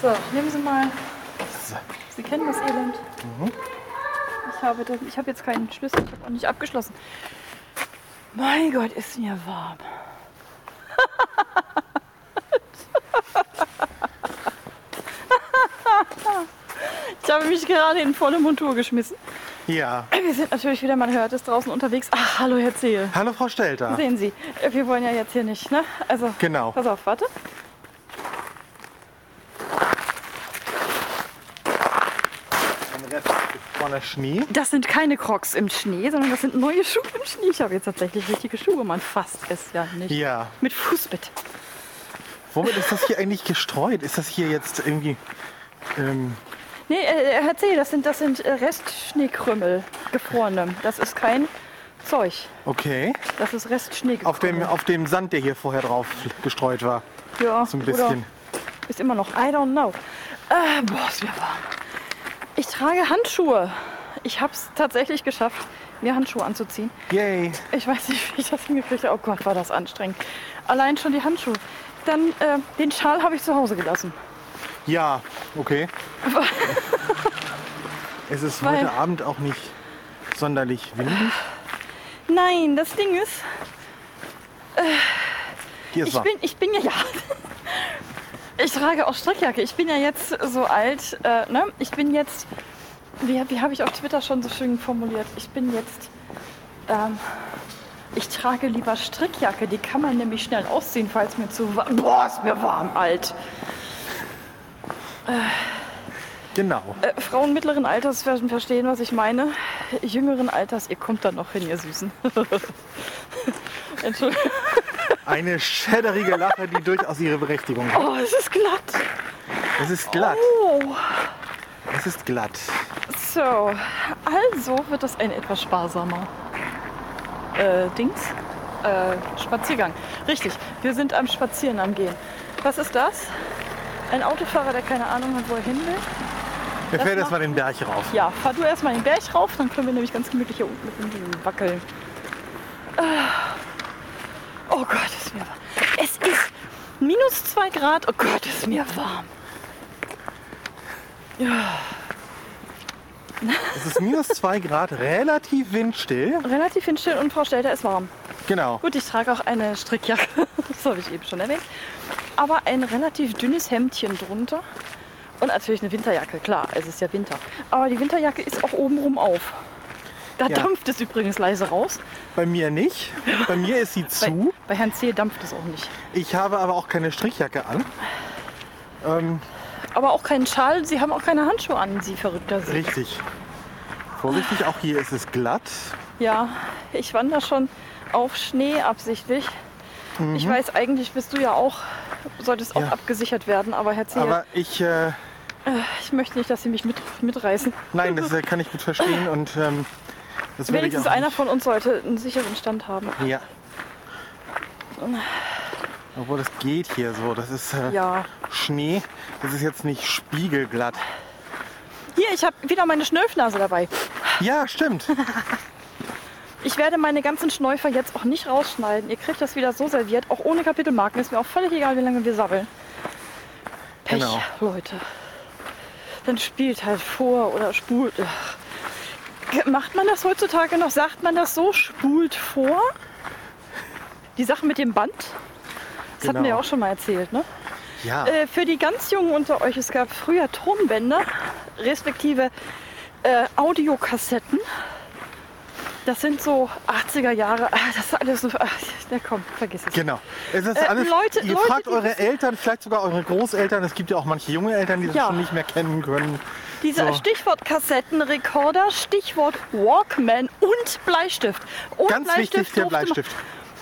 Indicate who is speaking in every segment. Speaker 1: So, nehmen Sie mal. Sie kennen das Elend. Ich, habe das, ich habe jetzt keinen Schlüssel, ich habe auch nicht abgeschlossen. Mein Gott, ist mir warm. Ich habe mich gerade in volle Montur geschmissen.
Speaker 2: Ja.
Speaker 1: Wir sind natürlich wieder, man hört es draußen unterwegs. Ach, hallo, Herr Zehe.
Speaker 2: Hallo Frau Stelter.
Speaker 1: Sehen Sie, wir wollen ja jetzt hier nicht, ne? Also,
Speaker 2: Ah. Genau.
Speaker 1: pass auf, warte.
Speaker 2: Ein Rest vorne Schnee.
Speaker 1: Das sind keine Crocs im Schnee, sondern das sind neue Schuhe im Schnee. Ich habe jetzt tatsächlich richtige Schuhe. Man fasst es ja nicht.
Speaker 2: Ja.
Speaker 1: Mit Fußbett.
Speaker 2: Womit ist das hier eigentlich gestreut? Ist das hier jetzt irgendwie... Ähm,
Speaker 1: Nee, äh, Herr Zehe, das sind, das sind äh, Restschneekrümmel. Gefrorene. Das ist kein Zeug.
Speaker 2: okay.
Speaker 1: Das ist Restschneekrümmel.
Speaker 2: Auf dem, auf dem Sand, der hier vorher drauf gestreut war.
Speaker 1: ja,
Speaker 2: So ein
Speaker 1: oder
Speaker 2: bisschen.
Speaker 1: Ist immer noch. I don't know. Äh, boah, ist mir warm. Ich trage Handschuhe. Ich habe es tatsächlich geschafft, mir Handschuhe anzuziehen.
Speaker 2: Yay.
Speaker 1: Ich weiß nicht, wie ich das hingekriegt habe. Oh Gott, war das anstrengend. Allein schon die Handschuhe. Dann äh, den Schal habe ich zu Hause gelassen.
Speaker 2: Ja, okay. es ist
Speaker 1: Weil-
Speaker 2: heute Abend auch nicht sonderlich windig.
Speaker 1: Nein, das Ding ist,
Speaker 2: Hier ist
Speaker 1: ich
Speaker 2: warm.
Speaker 1: bin, ich bin ja, ja. Ich trage auch Strickjacke. Ich bin ja jetzt so alt. Äh, ne? Ich bin jetzt, wie, wie habe ich auf Twitter schon so schön formuliert? Ich bin jetzt, ähm, ich trage lieber Strickjacke. Die kann man nämlich schnell ausziehen, falls mir zu warm. Boah, ist mir warm, alt.
Speaker 2: Genau.
Speaker 1: Äh, Frauen mittleren Alters werden verstehen, was ich meine. Jüngeren Alters, ihr kommt da noch hin, ihr Süßen. Entschuldigung.
Speaker 2: Eine schäderige Lache, die durchaus ihre Berechtigung hat.
Speaker 1: Oh, es ist glatt.
Speaker 2: Es ist glatt.
Speaker 1: Oh.
Speaker 2: Es ist glatt.
Speaker 1: So, also wird das ein etwas sparsamer äh, Dings. Äh, Spaziergang. Richtig, wir sind am Spazieren am Gehen. Was ist das? Ein Autofahrer, der keine Ahnung hat, wo er hin will?
Speaker 2: Wir
Speaker 1: Das
Speaker 2: fährt jetzt
Speaker 1: macht-
Speaker 2: mal den Berg rauf.
Speaker 1: Ja, fahr du erstmal den Berg rauf, dann können wir nämlich ganz gemütlich hier unten mit dem wackeln. Ah. Oh Gott, ist mir warm. Es ist minus 2 Grad. Oh Gott, ist mir warm.
Speaker 2: Es ist minus 2 Grad, relativ windstill.
Speaker 1: Relativ hinstill und Frau Stelter ist warm.
Speaker 2: Genau.
Speaker 1: Gut, ich trage auch eine Strickjacke, das habe ich eben schon erwähnt. Aber ein relativ dünnes Hemdchen drunter. Und natürlich eine Winterjacke, klar, es ist ja Winter. Aber die Winterjacke ist auch obenrum auf. Da
Speaker 2: Ja.
Speaker 1: dampft es übrigens leise raus.
Speaker 2: Bei mir nicht. Bei mir ist sie
Speaker 1: Bei,
Speaker 2: zu.
Speaker 1: bei Herrn C. dampft es auch nicht.
Speaker 2: Ich habe aber auch keine Strichjacke an. Ähm,
Speaker 1: Aber auch keinen Schal, Sie haben auch keine Handschuhe an, Sie verrückter Sie.
Speaker 2: richtig. Vorsichtig, auch hier ist es glatt.
Speaker 1: Ja, ich wandere schon auf Schnee absichtlich. Ich weiß, eigentlich bist du ja auch, solltest auch
Speaker 2: Mhm. Ja.
Speaker 1: abgesichert werden, aber Herr C.,
Speaker 2: Aber ich, äh,
Speaker 1: ich möchte nicht, dass Sie mich mit, mitreißen.
Speaker 2: nein, das äh, kann ich gut verstehen und ähm, das würde ich
Speaker 1: Wenigstens
Speaker 2: auch
Speaker 1: einer
Speaker 2: nicht.
Speaker 1: von uns sollte einen sicheren Stand haben.
Speaker 2: Ja. Obwohl, das geht hier so. Das ist äh,
Speaker 1: Ja.
Speaker 2: Schnee. Das ist jetzt nicht spiegelglatt.
Speaker 1: Hier, ich habe wieder meine Schnöfnase dabei.
Speaker 2: Ja, stimmt.
Speaker 1: Ich werde meine ganzen Schnäufer jetzt auch nicht rausschneiden. Ihr kriegt das wieder so serviert, auch ohne Kapitelmarken. Ist mir auch völlig egal, wie lange wir sabbeln. Pech,
Speaker 2: Genau.
Speaker 1: Leute. Dann spielt halt vor oder spult. Ach. Ge- Macht man das heutzutage noch? Sagt man das so? Spult vor? Die Sache mit dem Band? Das hatten
Speaker 2: Genau.
Speaker 1: wir ja auch schon mal erzählt, ne?
Speaker 2: Ja.
Speaker 1: Äh, für die ganz Jungen unter euch, es gab früher Tonbänder, respektive äh, Audiokassetten. Das sind so 80er Jahre. Ah, das ist alles so. Ach, na komm, vergiss es.
Speaker 2: Genau. Es ist
Speaker 1: Äh,
Speaker 2: alles,
Speaker 1: Leute-
Speaker 2: ihr
Speaker 1: Leute,
Speaker 2: fragt
Speaker 1: die
Speaker 2: eure
Speaker 1: wissen-
Speaker 2: Eltern, vielleicht sogar eure Großeltern. Es gibt ja auch manche junge Eltern, die das
Speaker 1: Ja.
Speaker 2: schon nicht mehr kennen können.
Speaker 1: Diese
Speaker 2: So.
Speaker 1: Stichwort Kassettenrekorder, Stichwort Walkman und Bleistift. Ohne
Speaker 2: Ganz wichtig, der
Speaker 1: durfte man-
Speaker 2: Bleistift.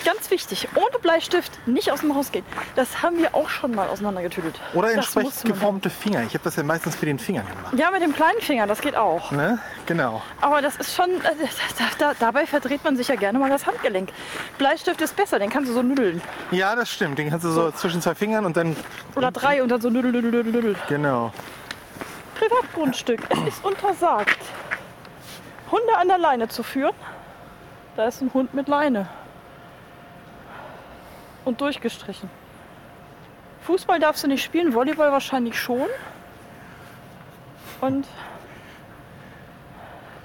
Speaker 1: Ganz wichtig, ohne Bleistift nicht aus dem Haus gehen. Das haben wir auch schon mal auseinandergetüdelt.
Speaker 2: Oder
Speaker 1: Das
Speaker 2: entsprechend
Speaker 1: musste man-
Speaker 2: geformte Finger. Ich habe das ja meistens für den Finger gemacht.
Speaker 1: Ja, mit dem kleinen Finger, das geht auch.
Speaker 2: Ne? Genau.
Speaker 1: Aber das ist schon, äh, da, da, dabei verdreht man sich ja gerne mal das Handgelenk. Bleistift ist besser, den kannst du so nüdeln.
Speaker 2: Ja, das stimmt. Den kannst du so zwischen zwei Fingern und dann.
Speaker 1: Oder drei und dann so nüdel, nüdel, nüdel, nüdel.
Speaker 2: Genau.
Speaker 1: Privatgrundstück, es ist untersagt, Hunde an der Leine zu führen. Da ist ein Hund mit Leine. Und durchgestrichen. Fußball darfst du nicht spielen, Volleyball wahrscheinlich schon. Und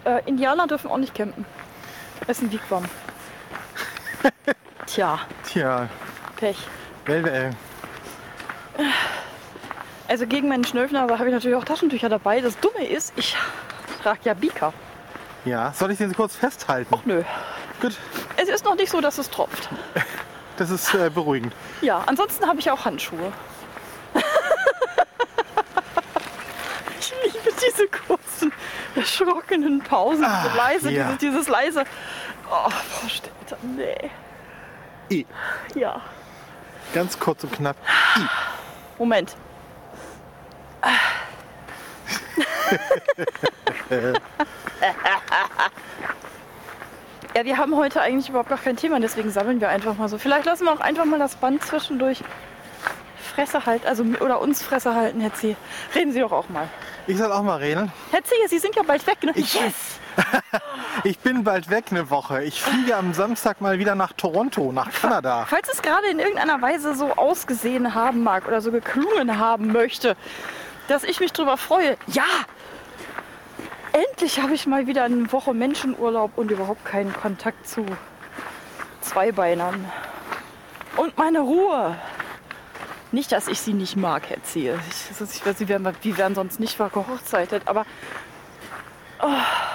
Speaker 1: äh, Indianer dürfen auch nicht campen. Es ist ein Wigwam. Tja,
Speaker 2: Tja,
Speaker 1: Pech.
Speaker 2: well, well.
Speaker 1: Also gegen meinen Schnöfnase habe ich natürlich auch Taschentücher dabei. Das Dumme ist, ich trage ja Bika.
Speaker 2: Ja, soll ich den so kurz festhalten?
Speaker 1: Nö.
Speaker 2: Gut,
Speaker 1: Es ist noch nicht so, dass es tropft.
Speaker 2: das ist äh, beruhigend.
Speaker 1: Ja, ansonsten habe ich auch Handschuhe. ich liebe diese kurzen, erschrockenen Pausen,
Speaker 2: Ah,
Speaker 1: diese leise,
Speaker 2: ja.
Speaker 1: dieses, dieses leise. Oh, Frau Stelter, nee.
Speaker 2: I.
Speaker 1: Ja.
Speaker 2: Ganz kurz und knapp.
Speaker 1: Moment. ja, wir haben heute eigentlich überhaupt gar kein Thema, deswegen sammeln wir einfach mal so. Vielleicht lassen wir auch einfach mal das Band zwischendurch Fresse halten, also oder uns Fresse halten, Hetzi. Reden Sie doch auch mal.
Speaker 2: Ich soll auch mal reden.
Speaker 1: Hetzi, Sie sind ja bald weg, ne?
Speaker 2: Ich- Ich bin bald weg eine Woche. Ich fliege am Samstag mal wieder nach Toronto, nach Kanada.
Speaker 1: Falls es gerade in irgendeiner Weise so ausgesehen haben mag oder so geklungen haben möchte, dass ich mich drüber freue. Ja! Endlich habe ich mal wieder eine Woche Menschenurlaub und überhaupt keinen Kontakt zu Zweibeinern. Und meine Ruhe. Nicht, dass ich sie nicht mag, erzähle. Ich, das ist- ich weiß, sie wären, die wären sonst nicht verhochzeitet, aber.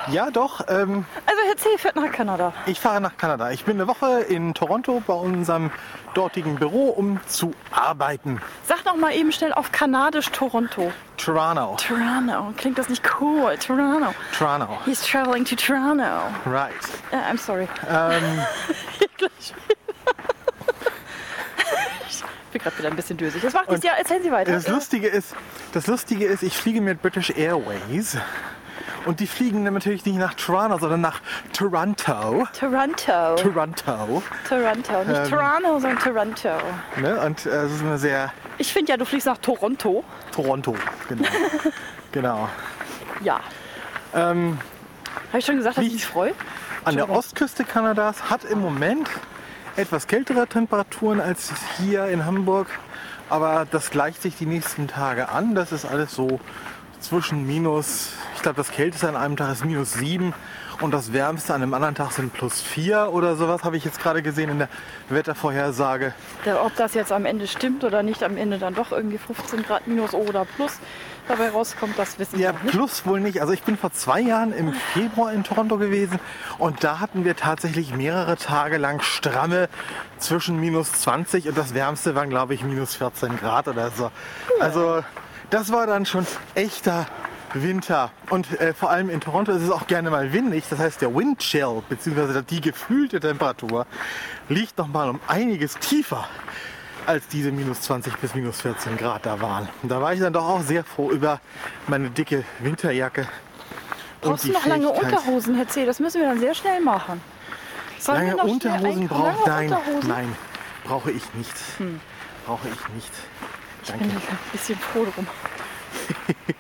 Speaker 2: Ja, doch. Ähm,
Speaker 1: Also, Herr C. fährt nach Kanada.
Speaker 2: ich fahre nach Kanada. Ich bin eine Woche in Toronto bei unserem dortigen Büro, um zu arbeiten.
Speaker 1: Sag noch mal eben schnell auf Kanadisch Toronto.
Speaker 2: Toronto.
Speaker 1: Toronto. Klingt das nicht cool? Toronto.
Speaker 2: Toronto.
Speaker 1: He's traveling to Toronto.
Speaker 2: Right.
Speaker 1: Äh, I'm sorry.
Speaker 2: Ähm,
Speaker 1: ich bin gerade wieder ein bisschen dösig. Das macht nichts.
Speaker 2: Und
Speaker 1: Ja, erzählen Sie weiter.
Speaker 2: das, Lustige ist, das Lustige ist, ich fliege mit British Airways. Und die fliegen dann natürlich nicht nach Toronto, sondern nach Toronto.
Speaker 1: Toronto.
Speaker 2: Toronto.
Speaker 1: Toronto. Nicht
Speaker 2: Ähm.
Speaker 1: Toronto, sondern Toronto.
Speaker 2: Ne? Und äh, es ist eine sehr
Speaker 1: Ich finde ja, du fliegst nach Toronto.
Speaker 2: Toronto. Genau. genau.
Speaker 1: Ja.
Speaker 2: Ähm,
Speaker 1: Habe ich schon gesagt, dass ich
Speaker 2: Wie-
Speaker 1: mich freue?
Speaker 2: An der
Speaker 1: Entschuldigung.
Speaker 2: Ostküste Kanadas hat im Moment etwas kältere Temperaturen als hier in Hamburg, aber das gleicht sich die nächsten Tage an. Das ist alles so zwischen minus, ich glaube das kälteste an einem Tag ist minus sieben und das wärmste an einem anderen Tag sind plus vier oder sowas, habe ich jetzt gerade gesehen in der Wettervorhersage.
Speaker 1: Da, ob das jetzt am Ende stimmt oder nicht, am Ende dann doch irgendwie 15 Grad minus oder plus dabei rauskommt, das wissen
Speaker 2: Ja,
Speaker 1: wir noch nicht.
Speaker 2: plus wohl nicht. Also ich bin vor zwei Jahren im Februar in Toronto gewesen und da hatten wir tatsächlich mehrere Tage lang stramme zwischen minus 20 und das Wärmste waren, glaube ich, minus 14 Grad oder so. Also das war dann schon echter Winter. Und äh, vor allem in Toronto ist es auch gerne mal windig. Das heißt, der Windchill bzw. die gefühlte Temperatur liegt nochmal um einiges tiefer als diese minus 20 bis minus 14 Grad da waren. Und da war ich dann doch auch sehr froh über meine dicke Winterjacke.
Speaker 1: Brauchst
Speaker 2: und
Speaker 1: du
Speaker 2: die
Speaker 1: noch lange
Speaker 2: Fähigkeit-
Speaker 1: Unterhosen, Herr C. Das müssen wir dann sehr schnell machen. Sollen wir
Speaker 2: Lange
Speaker 1: noch schnell
Speaker 2: Unterhosen
Speaker 1: einkaufen?
Speaker 2: braucht
Speaker 1: Lange
Speaker 2: nein,
Speaker 1: Unterhosen? Hm.
Speaker 2: nein, brauche ich nicht. Brauche ich nicht.
Speaker 1: Ich bin ein bisschen froh drum.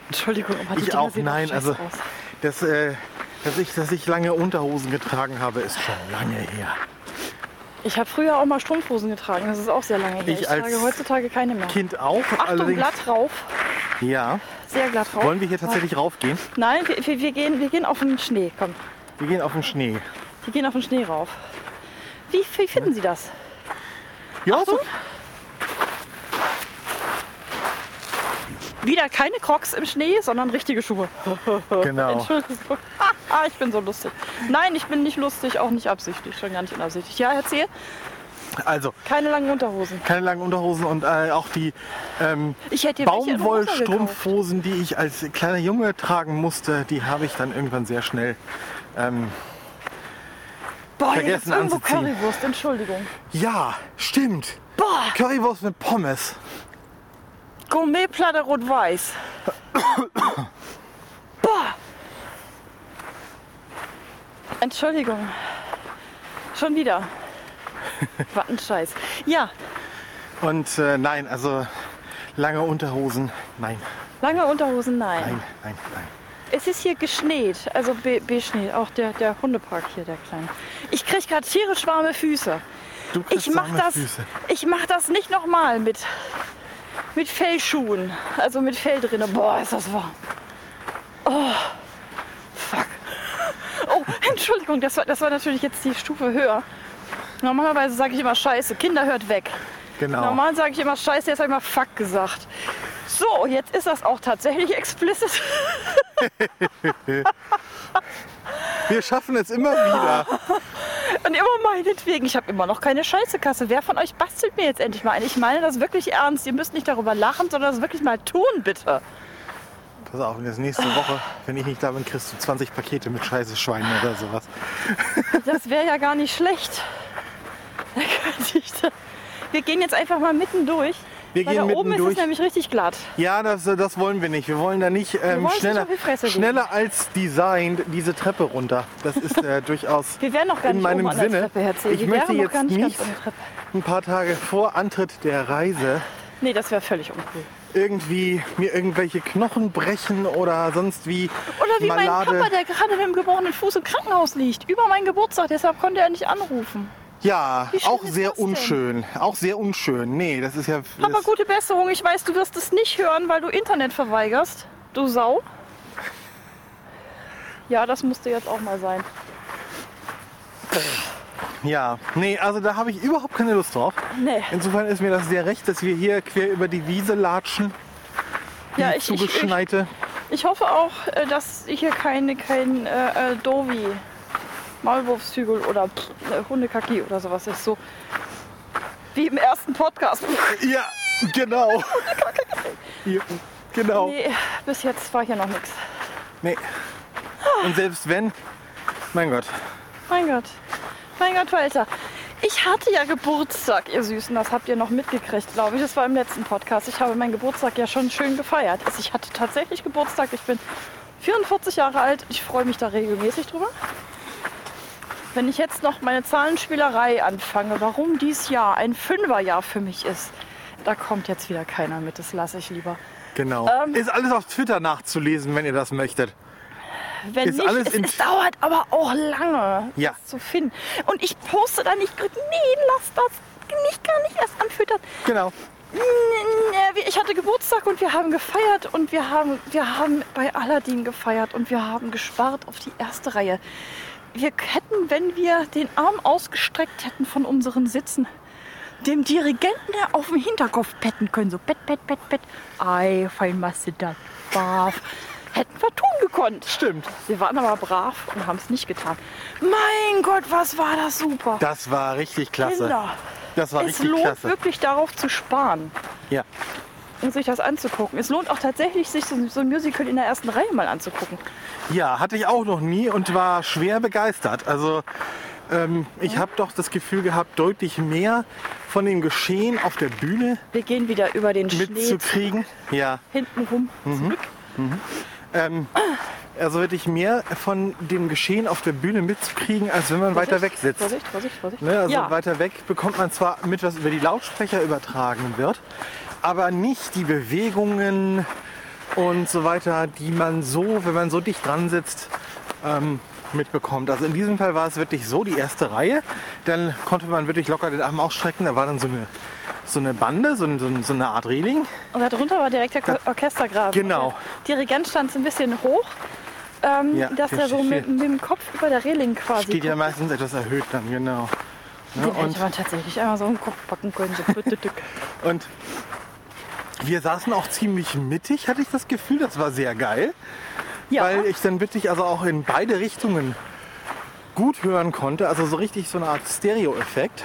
Speaker 1: Entschuldigung, aber die
Speaker 2: Ich
Speaker 1: Dinger
Speaker 2: auch
Speaker 1: sehen doch
Speaker 2: nein,
Speaker 1: scheiße
Speaker 2: also
Speaker 1: aus.
Speaker 2: das, äh, dass, ich, dass ich lange Unterhosen getragen habe, ist schon lange her.
Speaker 1: Ich habe früher auch mal Strumpfhosen getragen, das ist auch sehr lange her.
Speaker 2: Ich
Speaker 1: Ich,
Speaker 2: als
Speaker 1: trage heutzutage keine mehr.
Speaker 2: Kind auch,
Speaker 1: Achtung,
Speaker 2: allerdings.
Speaker 1: glatt rauf.
Speaker 2: Ja.
Speaker 1: Sehr glatt rauf.
Speaker 2: Wollen wir hier tatsächlich raufgehen?
Speaker 1: Nein, wir, wir, wir, gehen, wir gehen auf den Schnee. Komm,
Speaker 2: Wir gehen auf den Schnee.
Speaker 1: wir gehen auf den Schnee rauf. Wie, wie finden Sie das?
Speaker 2: Ja,
Speaker 1: Achtung. Wieder keine Crocs im Schnee, sondern richtige Schuhe.
Speaker 2: Genau.
Speaker 1: Entschuldigung. Ah, ich bin so lustig. Nein, ich bin nicht lustig, auch nicht absichtlich, schon gar nicht unabsichtlich. Ja, erzähl.
Speaker 2: Also,
Speaker 1: Keine langen Unterhosen.
Speaker 2: keine langen Unterhosen und äh, auch die ähm,
Speaker 1: Ich hätte dir welche in rosa gekauft.
Speaker 2: Baumwollstrumpfhosen, die ich als kleiner Junge tragen musste, die habe ich dann irgendwann sehr schnell. Ähm,
Speaker 1: Boah, hier
Speaker 2: vergessen
Speaker 1: gibt's irgendwo
Speaker 2: anzuziehen.
Speaker 1: Currywurst, Entschuldigung.
Speaker 2: ja, stimmt.
Speaker 1: Boah,
Speaker 2: Currywurst mit Pommes.
Speaker 1: Gourmetplatte rot-weiß. Boah. Entschuldigung. Schon wieder. Was ein Scheiß. Ja,
Speaker 2: Und äh, nein, also lange Unterhosen. Nein,
Speaker 1: lange Unterhosen, nein.
Speaker 2: nein, nein, nein.
Speaker 1: Es ist hier geschneit, also be- beschneit, auch der, der Hundepark hier, der kleine. Ich krieg gerade tierisch warme Füße.
Speaker 2: Du
Speaker 1: Ich
Speaker 2: kriegst
Speaker 1: mach
Speaker 2: warme
Speaker 1: das,
Speaker 2: Füße.
Speaker 1: ich mach das nicht nochmal mit Mit Fellschuhen. Also mit Fell drinne. Boah, ist das warm. Oh, fuck. Oh, Entschuldigung, das war, das war natürlich jetzt die Stufe höher. Normalerweise sage ich immer Scheiße, Kinder hört weg.
Speaker 2: Genau.
Speaker 1: Normal sage ich immer Scheiße, jetzt habe ich mal Fuck gesagt. So, jetzt ist das auch tatsächlich explicit.
Speaker 2: Wir schaffen es immer wieder.
Speaker 1: Und immer meinetwegen, ich habe immer noch keine Scheißekasse. Wer von euch bastelt mir jetzt endlich mal eine? Ich meine das wirklich ernst. Ihr müsst nicht darüber lachen, sondern das wirklich mal tun, bitte.
Speaker 2: Pass auf, und jetzt nächste Woche, wenn ich nicht da bin, kriegst du 20 Pakete mit scheiße Schweinen oder sowas.
Speaker 1: Das wäre ja gar nicht schlecht. Da könnte ich da- Wir gehen jetzt einfach mal mitten durch.
Speaker 2: Wir
Speaker 1: weil
Speaker 2: gehen
Speaker 1: da oben
Speaker 2: mitten durch.
Speaker 1: ist es nämlich richtig glatt.
Speaker 2: Ja, das, äh, das wollen wir nicht. Wir wollen da nicht ähm,
Speaker 1: wollen nicht
Speaker 2: schneller,
Speaker 1: auf die Fresse gehen.
Speaker 2: schneller als designed diese Treppe runter. Das ist äh, durchaus
Speaker 1: Wir wären noch gar
Speaker 2: in
Speaker 1: nicht
Speaker 2: meinem
Speaker 1: oben an der
Speaker 2: Sinne.
Speaker 1: Treppe, Herr Zeh.
Speaker 2: ich
Speaker 1: Wir
Speaker 2: möchte
Speaker 1: wären noch
Speaker 2: jetzt
Speaker 1: gar nicht ganz
Speaker 2: nicht
Speaker 1: an der Treppe.
Speaker 2: ein paar Tage vor Antritt der Reise
Speaker 1: Nee, das wäre völlig uncool.
Speaker 2: irgendwie mir irgendwelche Knochen brechen oder sonst wie
Speaker 1: Oder wie
Speaker 2: Malade.
Speaker 1: mein Papa, der gerade mit dem gebrochenen Fuß im Krankenhaus liegt. Über meinen Geburtstag, deshalb konnte er nicht anrufen.
Speaker 2: ja,
Speaker 1: Wie schlimm
Speaker 2: auch
Speaker 1: ist
Speaker 2: sehr
Speaker 1: das denn?
Speaker 2: unschön. Auch sehr unschön. Nee, das ist ja.
Speaker 1: Papa,
Speaker 2: das,
Speaker 1: gute Besserung. Ich weiß, du wirst es nicht hören, weil du Internet verweigerst. Du Sau. Ja, das musste jetzt auch mal sein.
Speaker 2: Ja, nee, also da habe ich überhaupt keine Lust drauf.
Speaker 1: Nee.
Speaker 2: Insofern ist mir das sehr recht, dass wir hier quer über die Wiese latschen,
Speaker 1: Ja,
Speaker 2: die
Speaker 1: ich, ich, ich,
Speaker 2: zugeschneite.
Speaker 1: ich hoffe auch, äh, dass hier keine, kein äh, äh, Dovi, Maulwurfshügel oder pff, äh, Hundekacki oder sowas ist. So wie im ersten Podcast.
Speaker 2: Ja,
Speaker 1: Oh
Speaker 2: genau. ja, genau. Nee.
Speaker 1: Nee, bis jetzt war hier noch nichts.
Speaker 2: Und selbst wenn, mein Gott,
Speaker 1: Mein Gott. Mein Gott, Walter. Ich hatte ja Geburtstag, ihr Süßen. Das habt ihr noch mitgekriegt, glaube ich. Das war im letzten Podcast. Ich habe meinen Geburtstag ja schon schön gefeiert. Also ich hatte tatsächlich Geburtstag. Ich bin 44 Jahre alt. Ich freue mich da regelmäßig drüber. Wenn ich jetzt noch meine Zahlenspielerei anfange, warum dies Jahr ein Fünferjahr für mich ist, da kommt jetzt wieder keiner mit. Das lasse ich lieber.
Speaker 2: genau.
Speaker 1: Ähm.
Speaker 2: ist alles auf Twitter nachzulesen, wenn ihr das möchtet.
Speaker 1: Wenn
Speaker 2: Ist
Speaker 1: nicht,
Speaker 2: alles
Speaker 1: es,
Speaker 2: in-
Speaker 1: es dauert aber auch lange,
Speaker 2: Ja.
Speaker 1: das zu finden. Und ich poste dann nicht, nee, lass das nicht gar nicht erst anfüttern.
Speaker 2: Genau.
Speaker 1: N- n- äh, Ich hatte Geburtstag und wir haben gefeiert und wir haben, wir haben bei Aladdin gefeiert und wir haben gespart auf die erste Reihe. Wir hätten, wenn wir den Arm ausgestreckt hätten von unseren Sitzen, dem Dirigenten auf dem Hinterkopf betten können. So bett, bett, bett, bett. Ei, fein Masse dann. Barf. Hätten wir tun gekonnt.
Speaker 2: Stimmt.
Speaker 1: Wir waren aber brav und haben es nicht getan. Mein Gott, was war das super.
Speaker 2: Das war richtig klasse.
Speaker 1: Kinder,
Speaker 2: Das war
Speaker 1: Genau. es
Speaker 2: richtig
Speaker 1: lohnt
Speaker 2: klasse.
Speaker 1: wirklich darauf zu sparen
Speaker 2: Ja.
Speaker 1: und um sich das anzugucken. Es lohnt auch tatsächlich, sich so, so ein Musical in der ersten Reihe mal anzugucken.
Speaker 2: ja, hatte ich auch noch nie und war schwer begeistert. Also ähm, ich habe doch das Gefühl gehabt, deutlich mehr von dem Geschehen auf der Bühne
Speaker 1: Wir gehen wieder über den Schnee
Speaker 2: mitzukriegen. Ja.
Speaker 1: hinten rum
Speaker 2: Mhm.
Speaker 1: zurück.
Speaker 2: Ähm, also wirklich mehr von dem Geschehen auf der Bühne mitzukriegen, als wenn man weiter weg
Speaker 1: Vorsicht,
Speaker 2: sitzt.
Speaker 1: Vorsicht, Vorsicht, Vorsicht.
Speaker 2: Ne, also
Speaker 1: ja,
Speaker 2: weiter weg bekommt man zwar mit, was über die Lautsprecher übertragen wird, aber nicht die Bewegungen und so weiter, die man so, wenn man so dicht dran sitzt, ähm, mitbekommt. Also in diesem Fall war es wirklich so die erste Reihe. Dann konnte man wirklich locker den Arm ausstrecken. Da war dann so eine, so eine Bande, so, ein- so, ein- so eine Art Reling.
Speaker 1: und darunter war direkt der Ko- Orchestergraben.
Speaker 2: Genau.
Speaker 1: Und Der Dirigent stand so ein bisschen hoch, ähm,
Speaker 2: Ja,
Speaker 1: dass
Speaker 2: der
Speaker 1: er so
Speaker 2: steht
Speaker 1: mit,
Speaker 2: hier.
Speaker 1: mit dem Kopf über der Reling quasi
Speaker 2: Steht ja meistens etwas erhöht dann, genau. Ne,
Speaker 1: Den hätte man tatsächlich einmal so im Kopf packen können. So. tüt, tüt, tüt.
Speaker 2: Und wir saßen auch ziemlich mittig, hatte ich das Gefühl. Das war sehr geil,
Speaker 1: ja,
Speaker 2: weil ich dann wirklich also auch in beide Richtungen gut hören konnte. Also so richtig so eine Art Stereo-Effekt.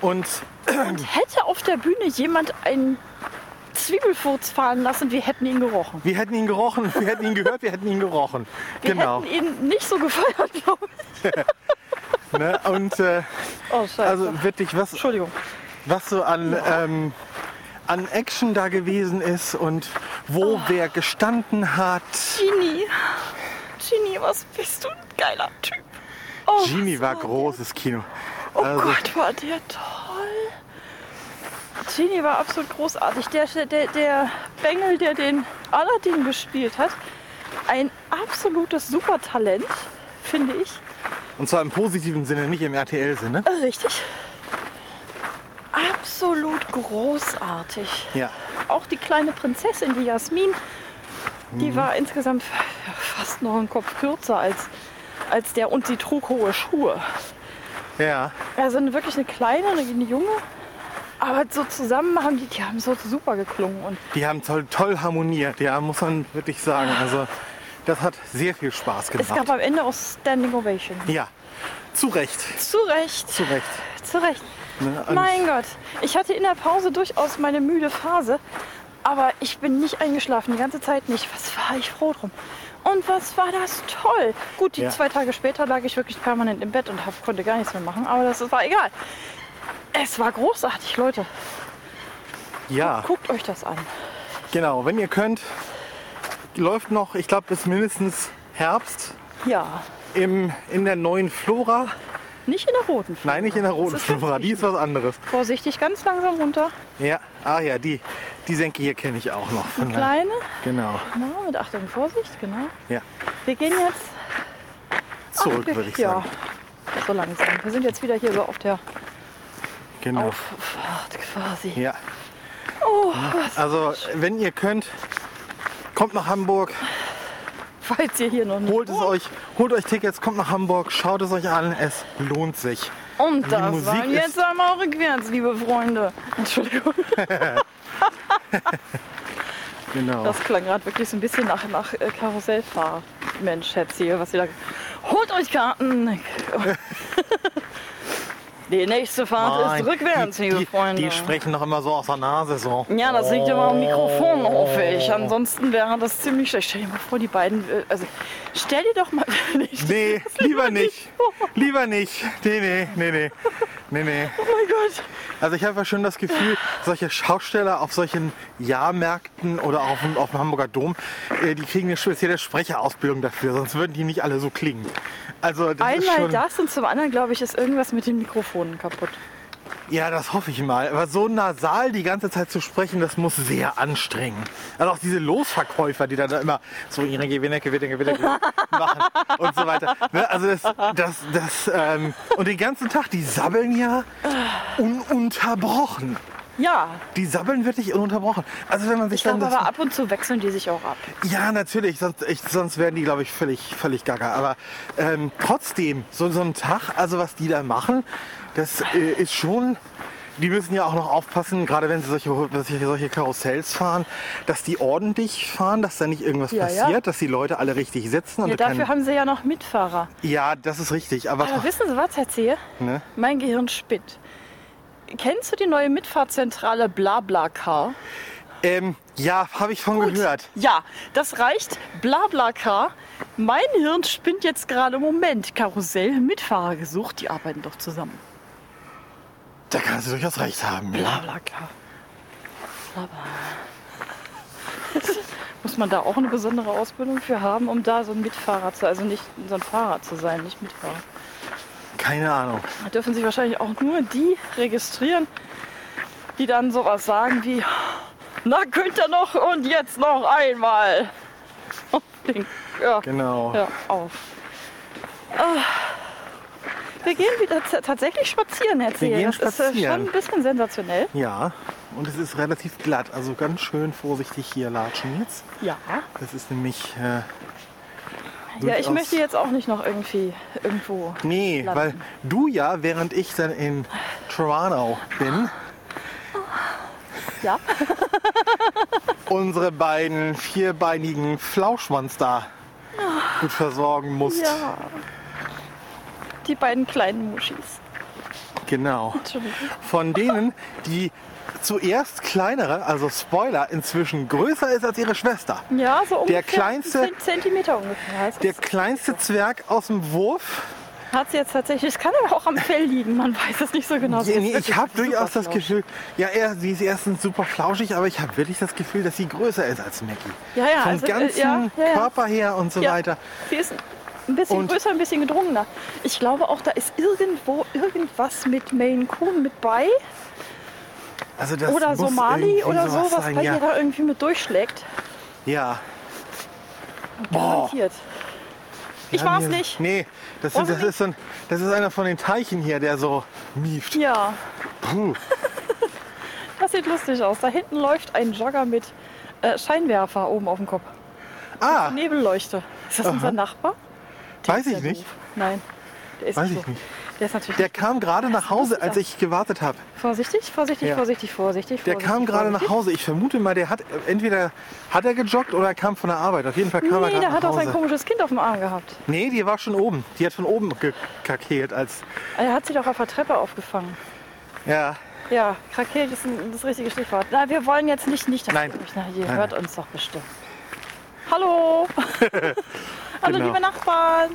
Speaker 2: Und
Speaker 1: hätte auf der Bühne jemand einen Zwiebelfurz fahren lassen, wir hätten ihn gerochen.
Speaker 2: wir hätten ihn gerochen, wir hätten ihn gehört, wir hätten ihn gerochen.
Speaker 1: Wir
Speaker 2: genau.
Speaker 1: hätten ihn nicht so gefeiert, glaube ich.
Speaker 2: Ne? Und äh,
Speaker 1: Oh, scheiße.
Speaker 2: also wirklich, was,
Speaker 1: Entschuldigung.
Speaker 2: was so an, ähm, an Action da gewesen ist und wo
Speaker 1: Oh.
Speaker 2: wer gestanden hat.
Speaker 1: Genie. Genie, was bist du ein geiler Typ. Oh,
Speaker 2: Genie
Speaker 1: was
Speaker 2: war großes Kino.
Speaker 1: Oh Gott, war der toll. Genie war absolut großartig. Der, der, der Bengel, der den Aladdin gespielt hat, ein absolutes Supertalent, finde ich. Also
Speaker 2: Und zwar im positiven Sinne, nicht im RTL-Sinne.
Speaker 1: Richtig. absolut großartig.
Speaker 2: Ja.
Speaker 1: Auch die kleine Prinzessin, die Jasmin, die war insgesamt ja, fast noch einen Kopf kürzer als, als der und sie trug hohe Schuhe.
Speaker 2: Ja.
Speaker 1: Also eine- wirklich eine kleine, eine eine junge. Aber so zusammen haben die, die haben so super geklungen. Und
Speaker 2: Die haben toll, toll harmoniert, ja, muss man wirklich sagen. Also das hat sehr viel Spaß
Speaker 1: es gab
Speaker 2: gemacht.
Speaker 1: am Ende auch Standing Ovation.
Speaker 2: Ja, zu Recht,
Speaker 1: Zu Recht,
Speaker 2: zu Recht.
Speaker 1: zu Recht.
Speaker 2: Ne? Und
Speaker 1: Mein Gott, ich hatte in der Pause durchaus meine müde Phase, aber ich bin nicht eingeschlafen, die ganze Zeit nicht. Was war ich froh drum? Und was war das toll? Gut, die
Speaker 2: Ja.
Speaker 1: zwei Tage später lag ich wirklich permanent im Bett und hab, konnte gar nichts mehr machen, aber das war egal. Es war großartig, Leute.
Speaker 2: ja,
Speaker 1: Guckt euch das an.
Speaker 2: genau, wenn ihr könnt, läuft noch, ich glaube, bis mindestens Herbst
Speaker 1: Ja,
Speaker 2: im, in der neuen Flora.
Speaker 1: nicht in der roten. Flora.
Speaker 2: Nein, nicht in der roten
Speaker 1: Das ist ganz
Speaker 2: Flora, die ist was anderes.
Speaker 1: Vorsichtig, ganz langsam runter.
Speaker 2: Ja, ah ja, die, die Senke hier kenne ich auch noch. Von der-
Speaker 1: Kleine,
Speaker 2: Genau,
Speaker 1: na, mit Achtung, Vorsicht, genau.
Speaker 2: ja.
Speaker 1: Wir gehen jetzt
Speaker 2: Zurück,
Speaker 1: Ach,
Speaker 2: würde ich
Speaker 1: ja.
Speaker 2: sagen.
Speaker 1: So langsam. Wir sind jetzt wieder hier so auf der
Speaker 2: Genau.
Speaker 1: Auffahrt quasi.
Speaker 2: Ja.
Speaker 1: Oh,
Speaker 2: also, wenn ihr könnt, kommt nach Hamburg,
Speaker 1: Falls ihr hier noch nicht
Speaker 2: holt es euch, holt euch Tickets, kommt nach Hamburg, schaut es euch an, es lohnt sich.
Speaker 1: Und das
Speaker 2: Musik
Speaker 1: waren
Speaker 2: ist-
Speaker 1: jetzt einmal rückwärts, liebe Freunde. Entschuldigung,
Speaker 2: Genau.
Speaker 1: das klang gerade wirklich so ein bisschen nach, nach äh, Karussellfahrmensch jetzt hier, was ihr da... Holt euch Karten! Die nächste Fahrt
Speaker 2: Nein,
Speaker 1: ist rückwärts,
Speaker 2: die,
Speaker 1: liebe
Speaker 2: die,
Speaker 1: Freunde.
Speaker 2: Die sprechen noch immer so aus der Nase so. Oh.
Speaker 1: Ja, das liegt aber am Mikrofon, hoffe ich. Ansonsten wäre das ziemlich schlecht. Stell dir mal vor, die beiden. äh, Also, stell dir doch mal. Nicht.
Speaker 2: Nee, lieber nicht. Lieber nicht. Nee, nee, nee, nee. Nee, nee.
Speaker 1: Oh mein Gott.
Speaker 2: Also ich habe ja schon das Gefühl, solche Schausteller auf solchen Jahrmärkten oder auf, dem- auf dem Hamburger Dom, äh, die kriegen eine spezielle Sprecherausbildung dafür, sonst würden die nicht alle so klingen. Also das ist
Speaker 1: Einmal
Speaker 2: schon,
Speaker 1: das und zum anderen, glaube ich, ist irgendwas mit den Mikrofonen kaputt.
Speaker 2: ja, das hoffe ich mal. Aber so nasal die ganze Zeit zu sprechen, das muss sehr anstrengen. Also auch diese Losverkäufer, die dann da immer so ihre Gewinne, Gewinne, Gewinne Gewinne machen und so weiter. Ne? Also das, das, das ähm, und den ganzen Tag, die sabbeln ja ununterbrochen.
Speaker 1: Ja,
Speaker 2: Die sabbeln wirklich ununterbrochen. Also wenn man sich
Speaker 1: ich glaube
Speaker 2: dann
Speaker 1: aber ab und zu wechseln die sich auch ab.
Speaker 2: ja natürlich, sonst, ich, sonst wären die glaube ich völlig völlig gaga. Aber ähm, trotzdem so so ein Tag, also was die da machen, das äh, ist schon. Die müssen ja auch noch aufpassen, gerade wenn sie solche, solche, solche Karussells fahren, dass die ordentlich fahren, dass da nicht irgendwas
Speaker 1: Ja, ja.
Speaker 2: passiert, dass die Leute alle richtig sitzen. Und
Speaker 1: Ja,
Speaker 2: kein-
Speaker 1: dafür haben sie ja noch Mitfahrer.
Speaker 2: ja, das ist richtig. Aber,
Speaker 1: Aber wissen Sie was, Herr Zehe?
Speaker 2: ne?
Speaker 1: Mein Gehirn spinnt. Kennst du die neue Mitfahrzentrale BlaBlaCar?
Speaker 2: ähm, ja, habe ich von gehört.
Speaker 1: Ja, das reicht. BlaBlaCar. Mein Hirn spinnt jetzt gerade im Moment. Karussell, Mitfahrer gesucht, die arbeiten doch zusammen.
Speaker 2: Da kannst du durchaus recht haben. Ja.
Speaker 1: BlaBlaCar. Blabla. Muss man da auch eine besondere Ausbildung für haben, um da so ein Mitfahrer zu, also nicht so ein Fahrer zu sein, nicht Mitfahrer.
Speaker 2: Keine Ahnung.
Speaker 1: Da dürfen sich wahrscheinlich auch nur die registrieren, die dann sowas sagen wie, na könnt ihr noch und jetzt noch einmal. Und den- Ja,
Speaker 2: Genau.
Speaker 1: hör auf. Ah. Wir gehen wieder t- tatsächlich spazieren, Herr Zehe.
Speaker 2: gehen
Speaker 1: Das ist äh, schon
Speaker 2: spazieren.
Speaker 1: ein bisschen sensationell.
Speaker 2: Ja, und es ist relativ glatt, also ganz schön vorsichtig hier latschen jetzt.
Speaker 1: Ja.
Speaker 2: Das ist nämlich. Äh,
Speaker 1: Ja, ich
Speaker 2: durchaus-
Speaker 1: möchte jetzt auch nicht noch irgendwie irgendwo.
Speaker 2: Nee,
Speaker 1: landen.
Speaker 2: weil du ja, während ich dann in Toronto bin,
Speaker 1: Ja?
Speaker 2: unsere beiden vierbeinigen Flauschwanz da gut versorgen musst.
Speaker 1: Ja. Die beiden kleinen Muschis.
Speaker 2: Genau.
Speaker 1: Entschuldigung.
Speaker 2: Von denen, die zuerst kleinere, also Spoiler, inzwischen größer ist als ihre Schwester.
Speaker 1: Ja, so ungefähr.
Speaker 2: kleinste-
Speaker 1: 10 Zentimeter ungefähr. Es
Speaker 2: Der
Speaker 1: ist-
Speaker 2: kleinste Zwerg aus dem Wurf
Speaker 1: Hat sie jetzt tatsächlich. Es kann aber auch am Fell liegen, man weiß es nicht so genau. Sie
Speaker 2: Ja,
Speaker 1: ist
Speaker 2: nee, ich
Speaker 1: wirklich
Speaker 2: habe durchaus
Speaker 1: super
Speaker 2: das
Speaker 1: flauschig.
Speaker 2: Gefühl, ja, er, sie ist erstens super flauschig, aber ich habe wirklich das Gefühl, dass sie größer ist als Maggie.
Speaker 1: Ja, ja,
Speaker 2: Vom
Speaker 1: also, äh,
Speaker 2: ganzen
Speaker 1: ja, ja, ja.
Speaker 2: Körper her und so
Speaker 1: Ja,
Speaker 2: weiter.
Speaker 1: Sie ist ein bisschen
Speaker 2: Und-
Speaker 1: größer, ein bisschen gedrungener. Ich glaube auch, da ist irgendwo irgendwas mit Maine Coon mit bei.
Speaker 2: Also das
Speaker 1: oder
Speaker 2: muss
Speaker 1: Somali
Speaker 2: irgendwie
Speaker 1: oder so,
Speaker 2: sowas
Speaker 1: was
Speaker 2: sein,
Speaker 1: bei
Speaker 2: ja.
Speaker 1: ihr da irgendwie mit durchschlägt.
Speaker 2: Ja. Boah.
Speaker 1: Garantiert. Ich
Speaker 2: Oh. Ja,
Speaker 1: war's
Speaker 2: mir-
Speaker 1: nicht.
Speaker 2: Nee, das,
Speaker 1: War's
Speaker 2: sind, das,
Speaker 1: nicht?
Speaker 2: ist so ein, das ist einer von den Teichen hier, der so mieft.
Speaker 1: Ja,
Speaker 2: Puh.
Speaker 1: Das sieht lustig aus. Da hinten läuft ein Jogger mit äh, Scheinwerfer oben auf dem Kopf.
Speaker 2: Ah,
Speaker 1: Nebelleuchte. Ist das unser Nachbar? Der ist
Speaker 2: Weiß ich
Speaker 1: ja
Speaker 2: nicht.
Speaker 1: doof. Nein. Der ist
Speaker 2: Weiß
Speaker 1: so.
Speaker 2: ich nicht.
Speaker 1: Der ist natürlich
Speaker 2: der kam gerade nach Hause, als ich gewartet habe.
Speaker 1: Vorsichtig, vorsichtig,
Speaker 2: Ja.
Speaker 1: vorsichtig, vorsichtig.
Speaker 2: Der
Speaker 1: vorsichtig,
Speaker 2: kam gerade nach
Speaker 1: vorsichtig.
Speaker 2: Hause. Ich vermute mal, der hat äh, entweder hat er gejoggt oder er kam von der Arbeit. Auf jeden Fall kam er
Speaker 1: Nee,
Speaker 2: gerade
Speaker 1: der
Speaker 2: nach
Speaker 1: hat auch
Speaker 2: Hause.
Speaker 1: sein komisches Kind auf dem Arm gehabt.
Speaker 2: nee, die war schon oben. Die hat von oben gekakelt als
Speaker 1: Er hat sich auch auf der Treppe aufgefangen.
Speaker 2: ja.
Speaker 1: Ja, Krakelt ist ein, das richtige Stichwort. Na, wir wollen jetzt nicht, nicht, dass
Speaker 2: Nein.
Speaker 1: ihr mich- na, ihr
Speaker 2: Nein,
Speaker 1: hört uns doch bestimmt. Hallo! Hallo,
Speaker 2: Genau.
Speaker 1: liebe Nachbarn!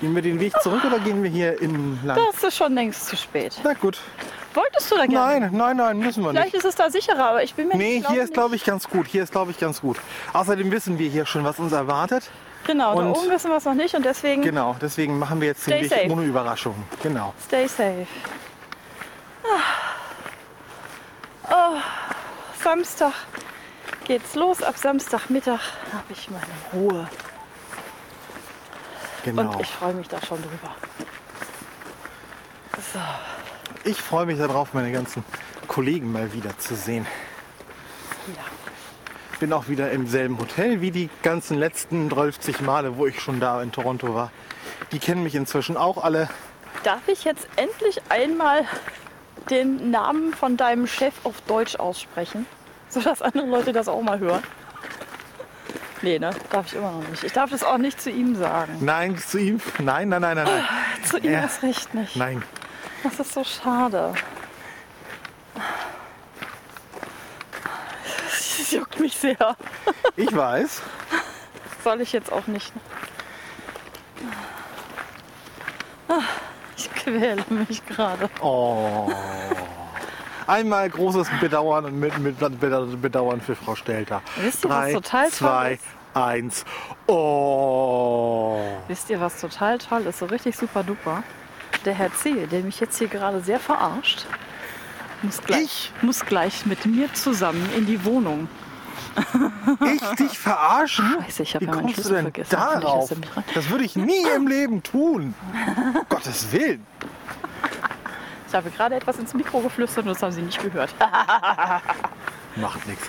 Speaker 2: Gehen wir den Weg zurück oder gehen wir hier in Land?
Speaker 1: Das ist schon längst zu spät.
Speaker 2: Na gut.
Speaker 1: Wolltest du da gerne?
Speaker 2: Nein, nein, nein, müssen wir nicht.
Speaker 1: Vielleicht ist es da sicherer, aber ich bin mir
Speaker 2: Nee,
Speaker 1: nicht
Speaker 2: hier ist glaube ich ganz gut. Hier ist glaube ich ganz gut. Außerdem wissen wir hier schon, was uns erwartet.
Speaker 1: ich. Genau, da
Speaker 2: und-
Speaker 1: oben wissen wir es noch nicht und deswegen
Speaker 2: Genau, deswegen machen wir jetzt den
Speaker 1: Stay
Speaker 2: Weg
Speaker 1: safe.
Speaker 2: ohne Überraschung. Genau.
Speaker 1: stay safe. Ah. Oh, Samstag geht's los. Ab Samstagmittag habe ich meine Ruhe.
Speaker 2: Genau.
Speaker 1: Und ich freue mich da schon drüber. So.
Speaker 2: Ich freue mich darauf, meine ganzen Kollegen mal wieder zu sehen.
Speaker 1: Ja.
Speaker 2: Bin auch wieder im selben Hotel wie die ganzen letzten 30 Male, wo ich schon da in Toronto war. Die kennen mich inzwischen auch alle.
Speaker 1: Darf ich jetzt endlich einmal den Namen von deinem Chef auf Deutsch aussprechen? Sodass andere Leute das auch mal hören. Nee, ne? Darf ich immer noch nicht. Ich darf das auch nicht zu ihm sagen.
Speaker 2: Nein, zu ihm. Nein, nein, nein, nein. Nein.
Speaker 1: Zu ihm
Speaker 2: Ja.
Speaker 1: das recht nicht.
Speaker 2: nein.
Speaker 1: Das ist so schade. Das juckt mich sehr.
Speaker 2: Ich weiß.
Speaker 1: Soll ich jetzt auch nicht. ne? Ah, Ich quäle mich gerade.
Speaker 2: Oh. Einmal großes Bedauern und mit, mit mit Bedauern für Frau Stelter.
Speaker 1: Wisst ihr, was total toll
Speaker 2: zwei,
Speaker 1: ist?
Speaker 2: eins. Oh.
Speaker 1: Wisst ihr, was total toll ist? So richtig super duper. Der Herr Zehe, der mich jetzt hier gerade sehr verarscht, muss gleich,
Speaker 2: Ich?
Speaker 1: muss gleich mit mir zusammen in die Wohnung.
Speaker 2: Ich dich verarschen?
Speaker 1: Scheiße, ich hab
Speaker 2: Wie
Speaker 1: ja meinen
Speaker 2: kommst
Speaker 1: Schlüssel
Speaker 2: du denn
Speaker 1: vergessen. Natürlich
Speaker 2: darauf?
Speaker 1: ist er mit rein.
Speaker 2: Das würde ich nie im Leben tun. Gottes Willen.
Speaker 1: Ich habe gerade etwas ins Mikro geflüstert und das haben Sie nicht gehört.
Speaker 2: Macht nichts.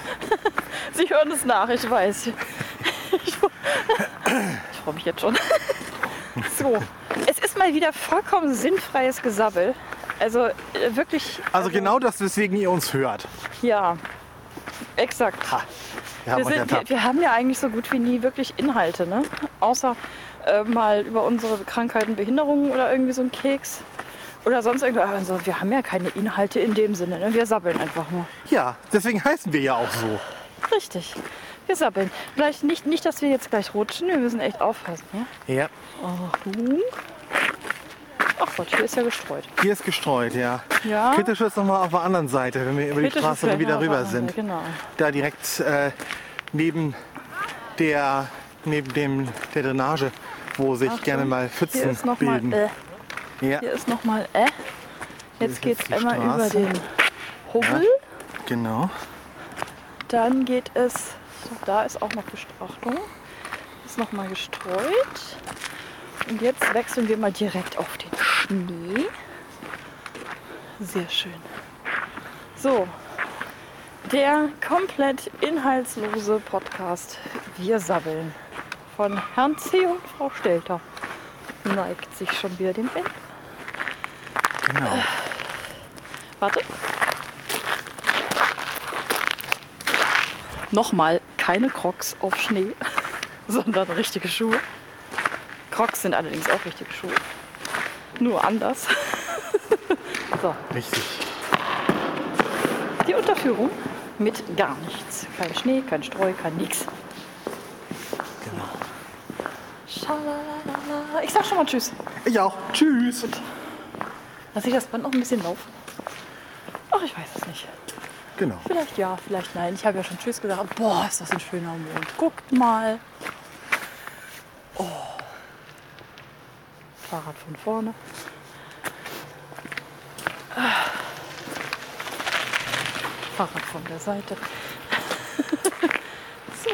Speaker 1: Sie hören es nach, ich weiß. Ich, ich freue mich jetzt schon. So, es ist mal wieder vollkommen sinnfreies Gesabbel. Also äh, wirklich.
Speaker 2: Also genau das, weswegen ihr uns hört.
Speaker 1: Ja, exakt.
Speaker 2: Ha, wir haben
Speaker 1: Wir,
Speaker 2: euch
Speaker 1: sind, wir,
Speaker 2: ertappt.
Speaker 1: wir haben ja eigentlich so gut wie nie wirklich Inhalte, ne? Außer äh, mal über unsere Krankheiten, Behinderungen oder irgendwie so ein Keks. Oder sonst irgendwas. Also wir haben ja keine Inhalte in dem Sinne. Ne? Wir sabbeln einfach nur.
Speaker 2: Ja, deswegen heißen wir ja auch so.
Speaker 1: Richtig. Wir sabbeln. Vielleicht nicht, nicht, dass wir jetzt gleich rutschen. Wir müssen echt aufpassen. Ja?
Speaker 2: Ja.
Speaker 1: Huhn. Hm? Ach Gott, hier ist ja gestreut.
Speaker 2: Hier ist gestreut, ja.
Speaker 1: Ja.
Speaker 2: Kritisch ist nochmal auf der anderen Seite, wenn wir über die
Speaker 1: Kritisch ist
Speaker 2: Straße
Speaker 1: vielleicht
Speaker 2: wieder
Speaker 1: noch
Speaker 2: rüber
Speaker 1: was anderes,
Speaker 2: sind.
Speaker 1: Genau.
Speaker 2: Da direkt äh, neben der neben dem der Drainage, wo sich gerne mal
Speaker 1: Hier
Speaker 2: Pfützen
Speaker 1: ist nochmal
Speaker 2: bilden.
Speaker 1: äh.
Speaker 2: ja,
Speaker 1: Hier ist nochmal äh. Jetzt
Speaker 2: Hier ist
Speaker 1: geht's
Speaker 2: jetzt die
Speaker 1: einmal über
Speaker 2: Straße.
Speaker 1: den Hubbel.
Speaker 2: genau.
Speaker 1: Dann geht es, so, da ist auch noch Bestrachtung, ist nochmal gestreut. Und jetzt wechseln wir mal direkt auf den Schnee. Sehr schön. So, der komplett inhaltslose Podcast Wir sabbeln von Herrn C. und Frau Stelter neigt sich schon wieder dem Ende.
Speaker 2: Genau.
Speaker 1: Äh. Warte. Nochmal keine Crocs auf Schnee, sondern richtige Schuhe. Crocs sind allerdings auch richtige Schuhe. Nur anders. so,
Speaker 2: Richtig.
Speaker 1: die Unterführung mit gar nichts. Kein Schnee, kein Streu, kein nix.
Speaker 2: Genau.
Speaker 1: Schalalala. Ich sag schon mal Tschüss.
Speaker 2: Ich auch. Tschüss.
Speaker 1: Lass ich das Band noch ein bisschen laufen? Ach, ich weiß es nicht.
Speaker 2: Genau.
Speaker 1: Vielleicht ja, vielleicht nein. Ich habe ja schon Tschüss gesagt. Boah, ist das ein schöner Mond. Guckt mal. Oh. Fahrrad von vorne. Ah. Fahrrad von der Seite. so.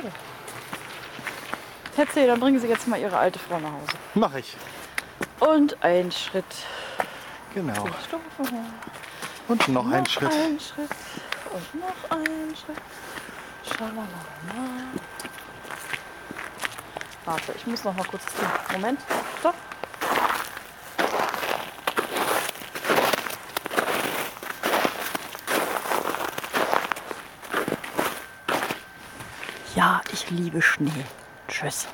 Speaker 1: Herr Zeh, dann bringen Sie jetzt mal Ihre alte Frau nach Hause.
Speaker 2: Mach ich.
Speaker 1: Und ein Schritt
Speaker 2: Genau.
Speaker 1: Zehn Stufen hoch.
Speaker 2: Und noch ein
Speaker 1: noch
Speaker 2: Schritt.
Speaker 1: Ein Schritt. Und noch ein Schritt. Schalala. Warte, ich muss noch mal kurz ziehen. Moment. Stopp. Ja, ich liebe Schnee. Tschüss.